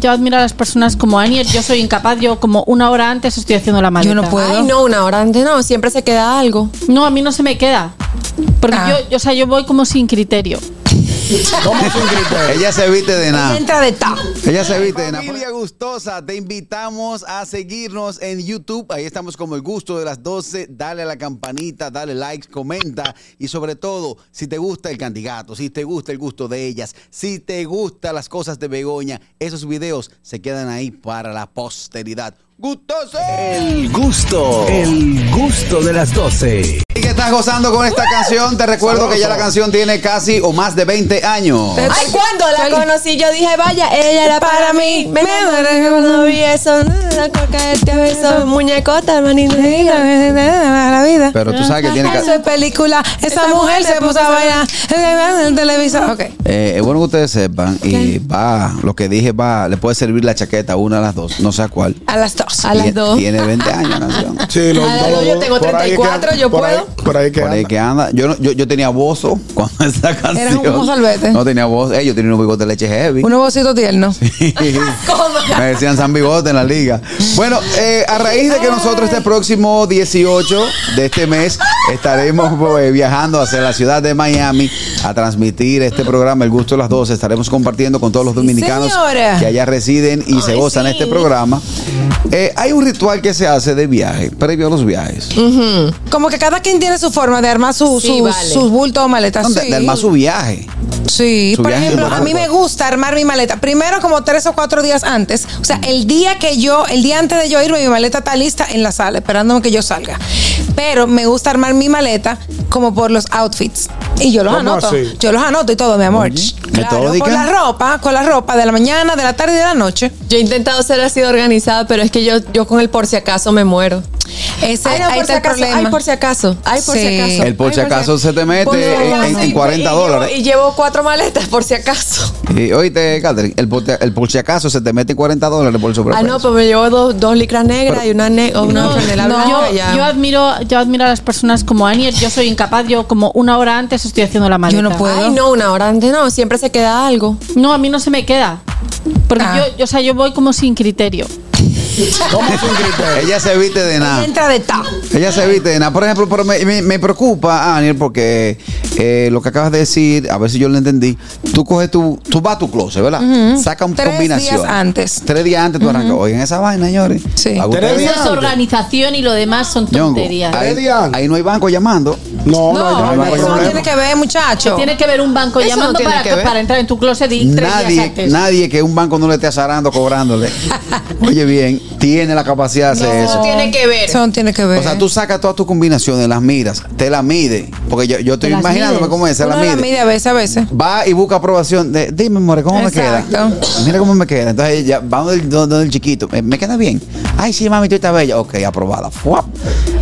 yo admiro a las personas como Anier, yo soy incapaz, yo como una hora antes estoy haciendo la maleta. Yo no puedo. Ay, no, una hora antes no, siempre se queda algo. No, a mí no se me queda. Porque Ah. yo, yo, o sea, yo voy como sin criterio. ¿Cómo es un grito? Ella se viste de nada. Entra de ta. Ella se viste en Familia gustosa, te invitamos a seguirnos en YouTube. Ahí estamos como el gusto de las 12. Dale a la campanita, dale like, comenta. Y sobre todo, si te gusta el candidato, si te gusta el gusto de ellas, si te gustan las cosas de Begoña, esos videos se quedan ahí para la posteridad. ¡Gustoso! El gusto, el gusto de las 12. Y que estás gozando con esta canción, te recuerdo que ya la canción tiene casi o más de 20 años. Ay, cuando la conocí yo dije, vaya, ella era para mí. Me enamoré cuando vi eso. La coca de este beso, muñecota, hermanito. La vida. Pero tú sabes que tiene Eso casi... es película. Esa mujer se puso a bailar en el televisor. Ok. Eh, es bueno que ustedes sepan, y va, lo que dije va, le puede servir la chaqueta a una de las dos, no sé a cuál. A las dos. A las Tiene- dos. Tiene 20 años la canción. Sí, los Ah, dos, los yo dos. tengo Por ahí que 34, anda- yo por ahí- puedo. por ahí que Por ahí anda. que anda. Yo, no- yo, yo tenía bozo cuando esa canción. como sorbete. No tenía bozo. Eh, yo tenía unos bigotes de leche heavy. Un bocito tierno. Me decían San Bigote en la liga. Bueno, eh, a raíz de que nosotros este próximo 18 de este mes estaremos pues, viajando hacia la ciudad de Miami a transmitir este programa El Gusto de las 12. Estaremos compartiendo con todos los dominicanos señora. que allá residen y se gozan este programa. Eh, hay un ritual que se hace de viaje, previo a los viajes. Como que cada quien tiene su forma de armar su, Sí, su- vale. sus bultos o maletas. Donde- Ah, Sí. del más su viaje. Sí, Su por viaje ejemplo, en a mí barco. me gusta armar mi maleta. Primero como tres o cuatro días antes. O sea, el día que yo, el día antes de yo irme, mi maleta está lista en la sala, esperándome que yo salga. Pero me gusta armar mi maleta como por los outfits. Y yo los ¿Cómo anoto. así? Yo los anoto y todo, mi amor. Claro, metódica. con la ropa, con la ropa de la mañana, de la tarde y de la noche. Yo he intentado ser así de organizada, pero es que yo, yo con el por si acaso me muero. Ese, Ay, no, ahí por si está el acaso, problema. ay, por si acaso, ay, por si Sí. acaso. El por ay, si acaso se te mete Por si en- acaso. en- en 40 Y llevo- dólares. Y llevo cuatro maletas por si acaso. Y, oíste, Catherine, el, por- el por si acaso se te mete 40 dólares por el sobrepeso. Ah, no, pues me llevo dos, dos licras negras y una, ne- o una franela No, blanca yo, ya. yo admiro, yo admiro a las personas como Anier, yo soy incapaz, yo como una hora antes estoy haciendo la maleta. Yo no puedo. Ay, no, una hora antes no, siempre se queda algo. No, a mí no se me queda. Porque Ah. yo, yo, o sea, yo voy como sin criterio. ¿Cómo es un grito? Ella se viste de nada. Entra de ta. Ella se viste de nada. Por ejemplo, pero me, me- me preocupa, Aniel, porque eh, lo que acabas de decir, a ver si yo lo entendí. Tú coges tu. Tú vas a tu closet, ¿verdad? Saca un Mm. Tres combinación. días antes. Tres días antes tú arrancas. Oigan esa vaina, señores. Sí. ¿A ustedes? Tres días. Eso es organización y lo demás son Ñongo, tonterías. Tres ahí, días antes. ahí no hay banco llamando. No, no, No, no, no, hay eso no problema. tiene que ver, muchacho. Tiene que ver un banco Eso llamando no tiene para, que ver. para entrar en tu closet y tres días Nadie, antes. nadie que un banco no le esté azarando, cobrándole. Oye, bien, tiene la capacidad de hacer eso. tiene que ver. Eso no tiene que ver. O sea, tú sacas todas tus combinaciones, las miras, te las mide. Porque yo, yo estoy las imaginándome mides. cómo es, se Uno las la mide. mide a veces, a veces. Va y busca aprobación. De, Dime, more, ¿cómo me queda? Exacto. Mira cómo me queda. Entonces, ya vamos del, donde el chiquito. Eh, ¿Me, me queda bien? Ay, sí, mami, tú estás bella. Ok, aprobada. Fuap.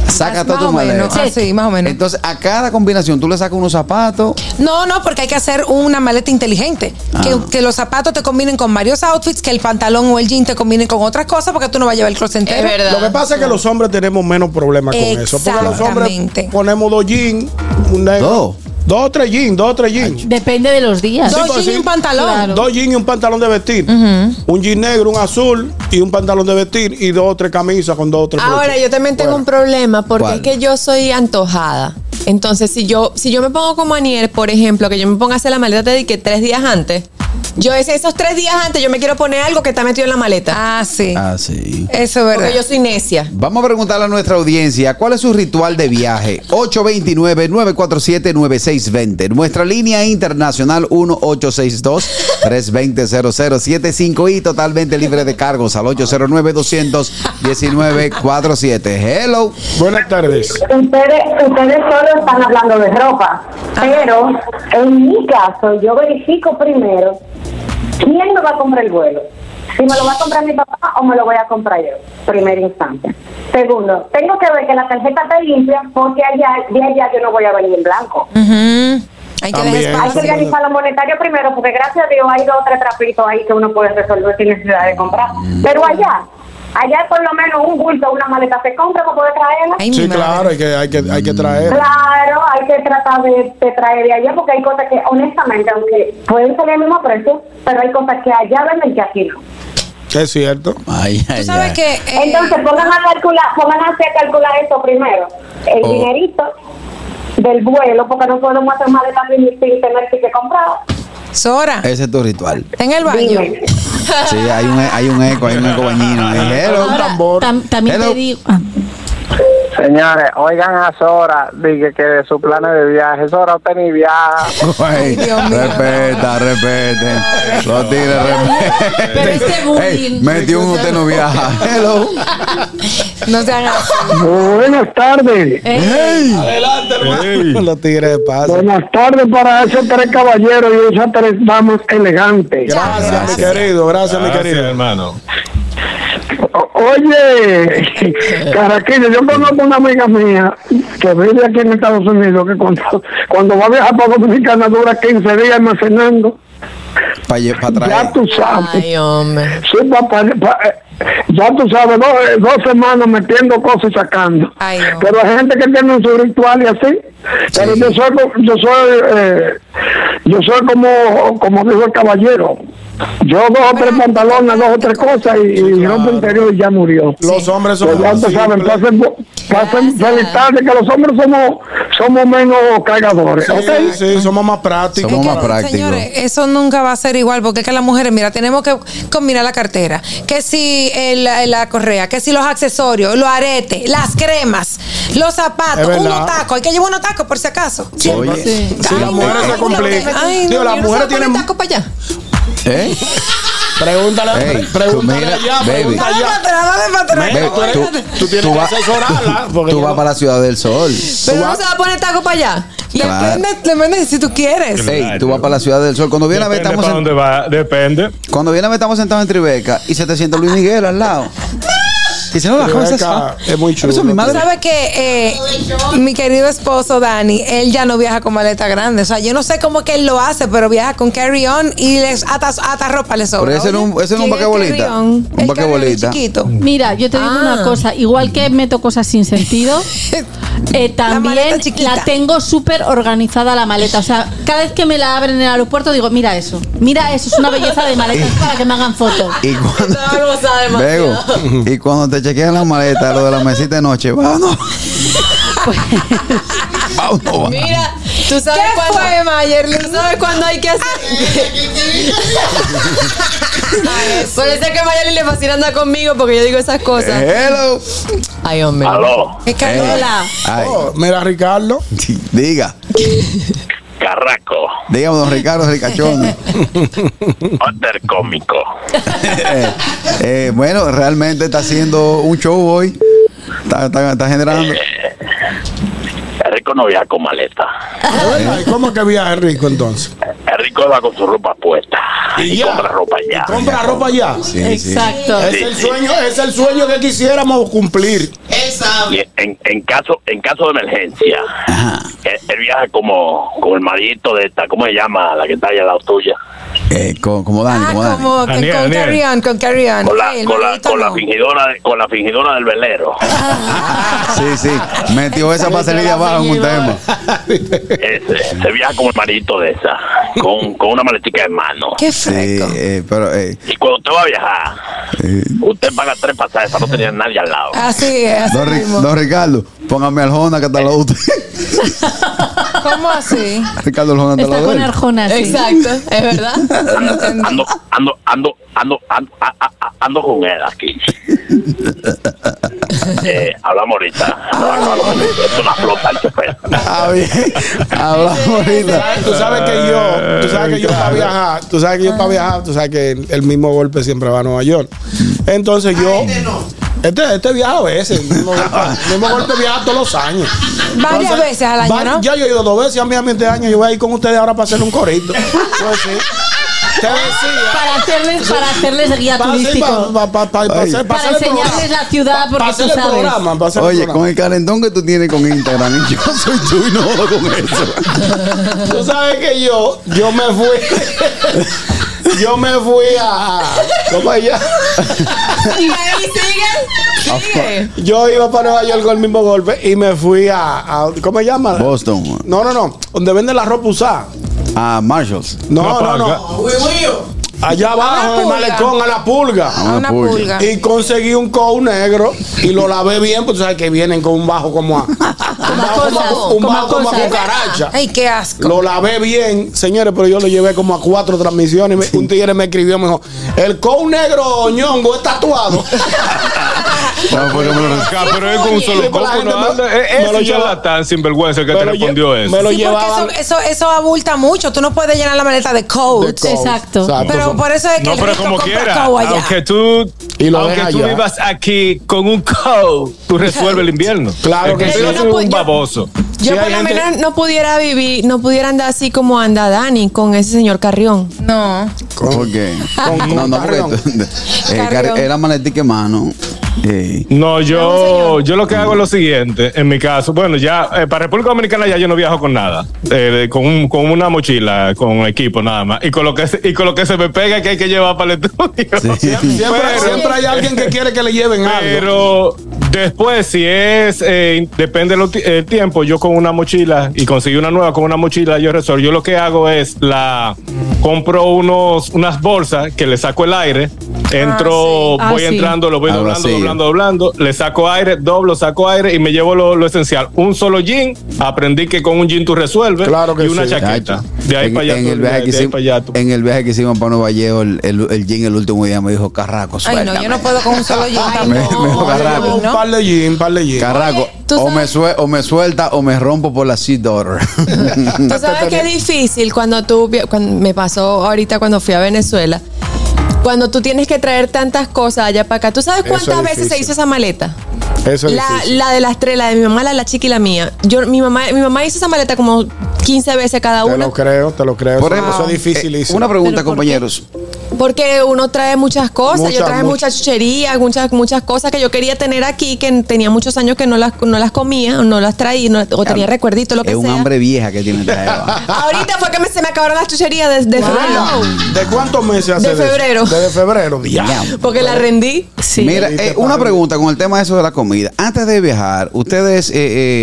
Saca Más- todo más tu o menos, maleta. así, más o menos. Entonces, a cada combinación tú le sacas unos zapatos. No, no, porque hay que hacer una maleta inteligente. Ah. Que, que los zapatos te combinen con varios outfits, que el pantalón o el jean te combinen con otras cosas, porque tú no vas a llevar el closet entero. Es verdad. Lo que pasa es que los hombres tenemos menos problemas con eso. Porque los hombres Exactamente. ponemos dos jeans, un negro. Dos. Dos o tres jeans, dos o tres jeans. Depende de los días. Dos Sí, pues, jeans y sí. un pantalón. Claro. Dos jeans y un pantalón de vestir. Un jean negro, un azul y un pantalón de vestir. Y dos o tres camisas con dos o tres Ahora, broches. yo también tengo un problema porque ¿Cuál? es que yo soy antojada. Entonces, si yo, si yo me pongo como Aniel, por ejemplo, que yo me ponga a hacer la maleta de que tres días antes, yo ese- esos tres días antes yo me quiero poner algo que está metido en la maleta. Ah, sí. Ah, sí. Eso es verdad. porque yo soy necia. Vamos a preguntarle a nuestra audiencia cuál es su ritual de viaje. 829-947-9620. Nuestra línea internacional 1862-320-0075 y totalmente libre de cargos al 809-219-47. Hello. Buenas tardes. Ustedes, ustedes solo están hablando de ropa, pero en mi caso yo verifico primero quién me va a comprar el vuelo. Si me lo va a comprar mi papá o me lo voy a comprar yo, primer instante. Segundo, tengo que ver que la tarjeta está limpia porque allá, de allá yo no voy a venir en blanco. Ujú. Hay que También. dejar Hay que espacio. organizar lo monetario primero porque gracias a Dios hay dos o tres trapitos ahí que uno puede resolver sin necesidad de comprar. Pero allá, allá por lo menos un bulto, una maleta se compra para poder traerla. Ay, mi Sí, madre. claro, hay que, hay que, hay que traer. Claro, hay que tratar de, de traer de allá porque hay cosas que, honestamente, aunque pueden salir al mismo precio, pero hay cosas que allá venden que aquí no. Es cierto. Ay, ay, Tú sabes ay. que... eh, Entonces pongan a calcular, pónganse a calcular eso primero, el Oh. dinerito del vuelo, porque no podemos hacer más de también sin tener que comprar. Sora, Ese es tu ritual. está en el baño. Dime. Sí, hay un, hay un eco, hay un eco bañino. ahí. Hello, Ahora, tam- también Hello. te digo. ah, Señores, oigan a Sora, dije que de su plan de viaje, Sora usted ni viaja. Ay, Dios mío. respeta, respete. Los tigres respeten. Pero este bullying. Ey, metió un usted no viaja. Hello. No sean así. Buenas tardes. Adelante, hermano. Los tigres pasan. Buenas tardes para esos tres caballeros y esas tres damas elegantes. Gracias, mi querido. Gracias, mi querido. hermano. O- Oye, Caraquillo, yo conozco una amiga mía que vive aquí en Estados Unidos que cuando, cuando va a viajar para Dominicana dura 15 días almacenando. Para Ya traer. tú sabes. Ay, Ah, hombre. Sí, papá, pa- eh, ya tú sabes, dos, eh, dos semanas metiendo cosas y sacando. Ay, no. Pero hay gente que tiene su ritual y así. Pero yo soy, co- yo soy, eh, yo soy como, como dijo el caballero. Yo dos o tres pantalones, dos o tres cosas y, y ropa interior y ya murió. Los hombres son Pues ya más tú saben, simples. pasen, bu- pasen Gracias. feliz tarde, que los hombres somos, somos menos cargadores, Sí, ¿ok? sí, somos más prácticos. Somos Es más que, práctico. Señores, eso nunca va a ser igual, porque es que las mujeres, mira, tenemos que combinar la cartera. Que si el- la, correa, que si los accesorios, los aretes, las cremas, los Es zapatos, verdad. unos tacos. Hay que llevar unos tacos por si acaso. Oye, Si las mujeres se complican. Ay, Digo, no, las yo no mujeres sé poner tienen. tacos para allá. ¿eh? Pregúntale, Ey, pregúntale tú mira, ya, baby. pregúntale Dale ya. para atrás, dale para atrás. Ve, tú eres- tú tienes que asesorarla, porque tú yo vas no- para la Ciudad del Sol. Pero no se va a poner taco para allá. Claro. Depende, depende de si tú quieres. Ey, tú vas para la Ciudad del Sol. Cuando viene a ver, Depende estamos, para en- dónde va, depende. cuando viene a ver, estamos sentados en Tribeca y se te sienta Luis Miguel al lado. Dice, no, la Tribeca cosa esa- es muy chulo. Eso es mi Tú madre. sabes que eh, mi querido esposo Dani, él ya no viaja con maleta grande. O sea, yo no sé cómo que él lo hace, pero viaja con carry-on y les ata, ata ropa le sobra. Pero ese era un- ese Llega era un el vaquebolita. carry-on, Un el carry-on vaquebolita. es chiquito. Mira, yo te digo Ah. una cosa, igual que meto cosas sin sentido, eh, maleta también chiquita. la, tengo súper organizada la maleta. O sea, cada vez que me la abren en el aeropuerto digo, mira eso, mira eso, es una belleza de maleta es para que me hagan fotos. Y cuando, Estaba gozada Vego, demasiado. y cuando te chequean la maleta, lo de la mesita de noche, vamos. Vamos, vamos. Mira, tú sabes ¿Qué cuándo. fue, Mayerlin? Tú sabes cuándo hay que hacer. Por eso es que a Mayerlin le fascina andar conmigo porque yo digo esas cosas. Hello. Ay, hombre. Aló, Es que- Ey. hola. Ah, Ay, Oh, Mira, Ricardo. sí, diga, Carraco, dígame, don Ricardo Ricachón. Otter cómico. Eh, eh, bueno, realmente está haciendo un show hoy. Está, está- está generando. El rico no viaja con maleta. Es verdad, ¿Y cómo es que viaja rico entonces? El rico va con su ropa puesta y, ya. compra ropa ya. Compra ropa ya. Sí, sí. Exacto. Es el sueño, es el sueño que quisiéramos cumplir. Y en, en caso en caso de emergencia, él, él viaja como, como el marido de esta, ¿cómo se llama? La que está allá al lado tuya. Eh, co- como Dani, Ah, como Dani. como con, Daniel, con Daniel. carry-on, con carry-on. Con la, Ey, el con la, barbito con la no. fingidora de- con la fingidora del velero. Sí, sí. Metió esa para salir de abajo en un tema. Ese, se viaja como el marido de esa, con, con una maletica en mano. Qué Sí, fresco. eh, pero eh, Y cuando usted va a viajar, eh, usted paga tres pasajes para no tener nadie al lado. Así es, así don, Ri- mismo. don Ricardo, póngame al Jona que está al lado de usted. ¿Cómo así? Ricardo Arjona está al Está lado con de Arjona. él. sí. Exacto, es verdad. Ando, ando, ando, ando, ando, a- a- a- ando con él aquí. Eh, hablamos ahorita. Es una flota el chofer. Ah, bien. Hablamos ahorita. Tú sabes que yo, tú sabes que yo para viajar, tú sabes que yo para viajar, tú sabes que el, el mismo golpe siempre va a Nueva York. Entonces yo. Este, este viaja a veces, el mismo golpe, el mismo golpe viaja todos los años. Varias veces al año, ¿no? Ya yo he ido dos veces a Miami este año, yo voy a ir con ustedes ahora para hacer un corito. Pues sí. Te decía. Para hacerles, para hacerles guía Para hacer- turístico. pa- pa- pa- pa- Oye. hacer- Para hacer el enseñarles programa. la ciudad, porque Pa- tú hacer el sabes. programa, para hacer el Oye, programa. con el calentón que tú tienes con Instagram, yo soy tú y no jodo con eso. Tú sabes que yo, yo me fui. yo me fui a. ¿Cómo allá? Y ahí sigue. Sigue. Yo iba para Nueva York con el mismo golpe y me fui a. a- ¿Cómo se llama? Boston. No, no, no. Donde venden la ropa usada. A Marshalls. No, No, no, para no. acá. allá abajo en el pulga. malecón a la pulga. A una pulga. Y conseguí un cow negro y lo lavé bien, pues tú sabes que vienen con un bajo como a. Un bajo como a, un bajo como a cucaracha. Ay, qué asco. Lo lavé bien, señores, pero yo lo llevé como a cuatro transmisiones. Me- Un tigre me escribió, me dijo, el cow negro ñongo es tatuado. Ah, pero es con un Sí, solo pero la coco, gente no me- anda. Es- me lo Es lleva- charlatán sinvergüenza el que Me te lo lle- respondió eso. me lo Sí, porque llevaban- eso, eso, eso abulta mucho. Tú no puedes llenar la maleta de de coat. cow. Exacto. Pero por eso es que No, el pero rico como compra quiera, coat allá. aunque tú, Y lo aunque deja tú allá. vivas aquí con un cow, tú resuelves el invierno. Claro Es que que tú sí. eres Ah, pues Yo un no pu- yo- baboso. Yo Sí, por hay lo gente- menos no pudiera vivir, no pudiera andar así como anda Dani con ese señor Carrión. No. ¿Por qué? Con- con no, no, carrión. porque tú- eh, Carrión. car- era maletica mano. Eh, No, yo, yo lo que hago es lo siguiente, en mi caso, bueno, ya eh, para República Dominicana ya yo no viajo con nada, eh, con, un- con una mochila, con un equipo nada más, y con lo que se, y con lo que se me pega que hay que llevar para el estudio. Siempre, Pero- siempre hay alguien que quiere que le lleven algo. Pero después, si es, eh, depende lo ti- el tiempo, yo con una mochila y conseguí una nueva con una mochila, yo resuelvo. Yo lo que hago es la compro unos, unas bolsas que le saco el aire, entro, Ah, sí. Ah, voy sí. entrando, lo voy Al doblando, vacío. doblando, doblando, le saco aire, doblo, saco aire y me llevo lo, lo esencial. Un solo jean, aprendí que con un jean tú resuelves Claro que y una sí. chaqueta. Chacho. De ahí en, para allá, en tú el viaje olvidas, de que ahí hicimos, para allá tú- en el viaje que hicimos para Nueva York, el, el, el jean el último día me dijo Carraco. Ay, no, yo no puedo con un solo jean. Me, tampoco. me dijo Carraco. Un par de jeans, un par de jeans. Carraco, tú o me, sabes- sue- o me suelta o me rompo por la Sea Daughter. Tú sabes que es difícil cuando tú, vi- cuando- me pasó ahorita cuando fui a Venezuela, cuando tú tienes que traer tantas cosas allá para acá. ¿Tú sabes Eso cuántas es veces se difícil. hizo esa maleta? Eso es la, difícil. la de las tres, la de mi mamá, la de la chica y la mía. Yo, mi mamá, mi mamá hizo esa maleta como 15 veces cada Te una. lo creo, te lo creo. Por eso, ejemplo, eso es dificilísimo. eh, una pregunta, compañeros. Porque uno trae muchas cosas. Muchas, yo traje muchas. muchas chucherías, muchas, muchas cosas que yo quería tener aquí, que tenía muchos años que no las, no las comía, o no las traía, no- o tenía recuerditos, lo que Es un sea. hambre vieja que tiene esta jeva. Ah, Ahorita fue que me- se me acabaron las chucherías desde ¿De cuántos meses De hace eso? febrero. Desde febrero, diablo. Porque la rendí. Sí. Mira, Ahí eh, te una pago. pregunta con el tema de eso de la comida. Antes de viajar, ¿ustedes eh,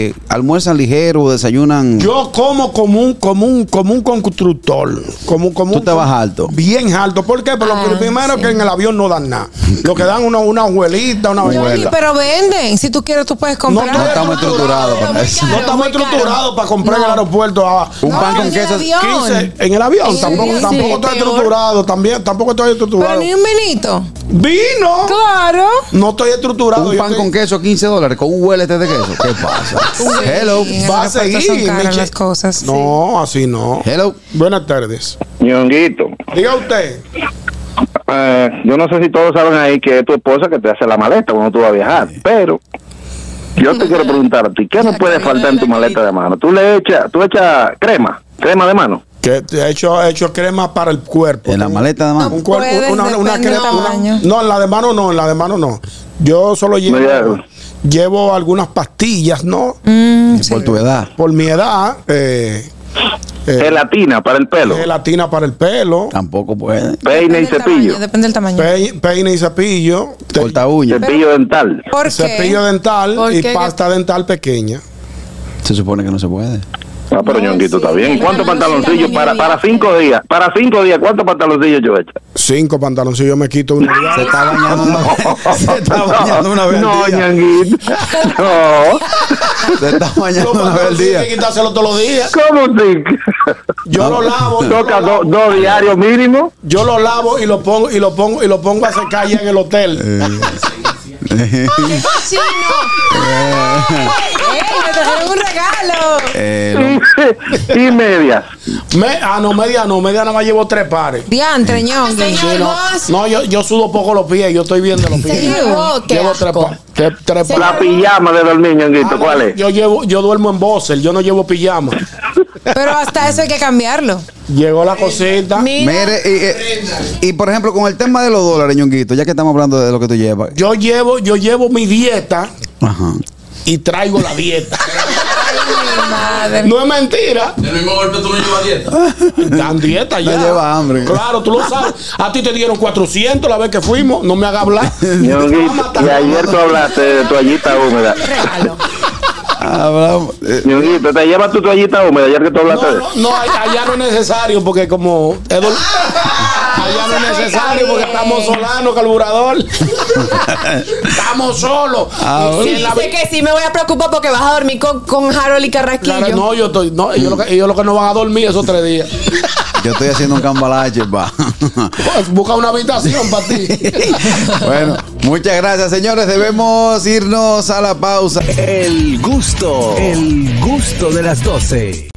eh, almuerzan ligero o desayunan? Yo como como un, como un, como un constructor. Como, como Tú un- te vas alto. Bien alto. ¿Por qué? Por Ah, lo que- primero que en el avión no dan nada. Lo que dan una, una hojuelita, una Johnny, hojuela. pero venden. Si tú quieres, tú puedes comprar. No estamos estructurados para muy eso. caro, No estamos muy caro. estructurados para comprar en el aeropuerto a Un No, pan en con el queso. avión. 15 en el avión. Sí, tampoco sí, tampoco estoy peor. estructurado. También, tampoco estoy Pero estructurado. ni un vinito. Vino. Claro. No estoy estructurado. Un yo pan estoy- con queso, 15 dólares, con un huelete de queso. ¿Qué pasa? Hello. Sí, en va a los aeropuertos seguir, Son caras Miche. las cosas. No, así no. Hello. Buenas tardes. Ñonguito, Diga usted. eh, yo no sé si todos saben ahí que es tu esposa que te hace la maleta cuando tú vas a viajar, pero yo te quiero preguntar a ti, ¿qué no puede faltar en tu maleta de mano? ¿Tú le echas, tú echas crema, crema de mano? Que te he hecho, he hecho crema para el cuerpo. En la maleta de Un mano. cuerpo, Puedes, una, una depende crema. del una- tamaño. no, en la de mano no, en la de mano no. Yo solo llevo, llevo. llevo algunas pastillas, ¿no? Mm. Por tu edad. Por mi edad, eh, eh, Gelatina para el pelo, gelatina para el pelo, Tampoco puede. peine Depende y del cepillo, tamaño, Depende del tamaño. pe- peine y cepillo, te- Corta uña. cepillo dental. ¿Por qué? cepillo dental ¿Por y qué? pasta dental pequeña. Se supone que no se puede. Ah, pero Ñonguito está bien. ¿Cuántos la mano sí pantaloncillos también para, debía para ser. cinco días? Para cinco días, ¿cuántos pantaloncillos yo he hecho? Cinco pantaloncillos me quito uno. Se está bañando una, se está bañando una vez al No, día. Ñonguito. No. Se está bañando Los una vez al pantaloncillos día. hay que quitárselo todos los días. ¿Cómo te Yo lo lavo. yo toca lo dos lavo. dos diarios mínimo? Yo lo lavo y lo pongo y lo pongo y lo pongo a secar ya en el hotel. Eh. ¡Chino! ¡Ey, me trajeron un regalo! Eh, lo- Y, y medias. Me- ah, no, media no, media nada más llevo tres pares. Diantre, ñongui. Sí, no, no, yo, yo sudo poco los pies, yo estoy viendo los pies. Señor Ross, qué llevo tres, asco. pa- tres- tres La pares. pijama de dormir, Ah, Ñonguito, no, ¿cuál es? Yo llevo, yo duermo en boxer, yo no llevo pijama. Pero hasta eso hay que cambiarlo. Llegó la cosita. Mire, y, eh, y, por ejemplo, con el tema de los dólares, ñonguito, ya que estamos hablando de lo que tú llevas. Yo llevo, yo llevo mi dieta Ajá. y traigo la dieta. Madre. No es mentira. Del mismo golpe tú no llevas dieta. Dan dieta ya. No lleva hambre. Claro, tú lo sabes. A ti te dieron 400 la vez que fuimos. No me hagas hablar. Ñonguito, y ayer tú hablaste de toallita húmeda. Regalo. Hablamos, eh, Ñonguito, te llevas tu toallita húmeda ayer que tú hablaste No, de no, no, a- allá no es necesario porque como es dol- ya no es necesario porque estamos solanos, carburador. estamos solos. Ah, Y Sí, en la dice vi- que sí me voy a preocupar porque vas a dormir con, con Harold y Carrasquillo. Claro, no, yo estoy, no, ellos, lo que, ellos lo que no van a dormir esos tres días. Yo estoy haciendo un cambalache, pa. Busca una habitación para ti. bueno, muchas gracias, señores. Debemos irnos a la pausa. El gusto, el gusto de las 12.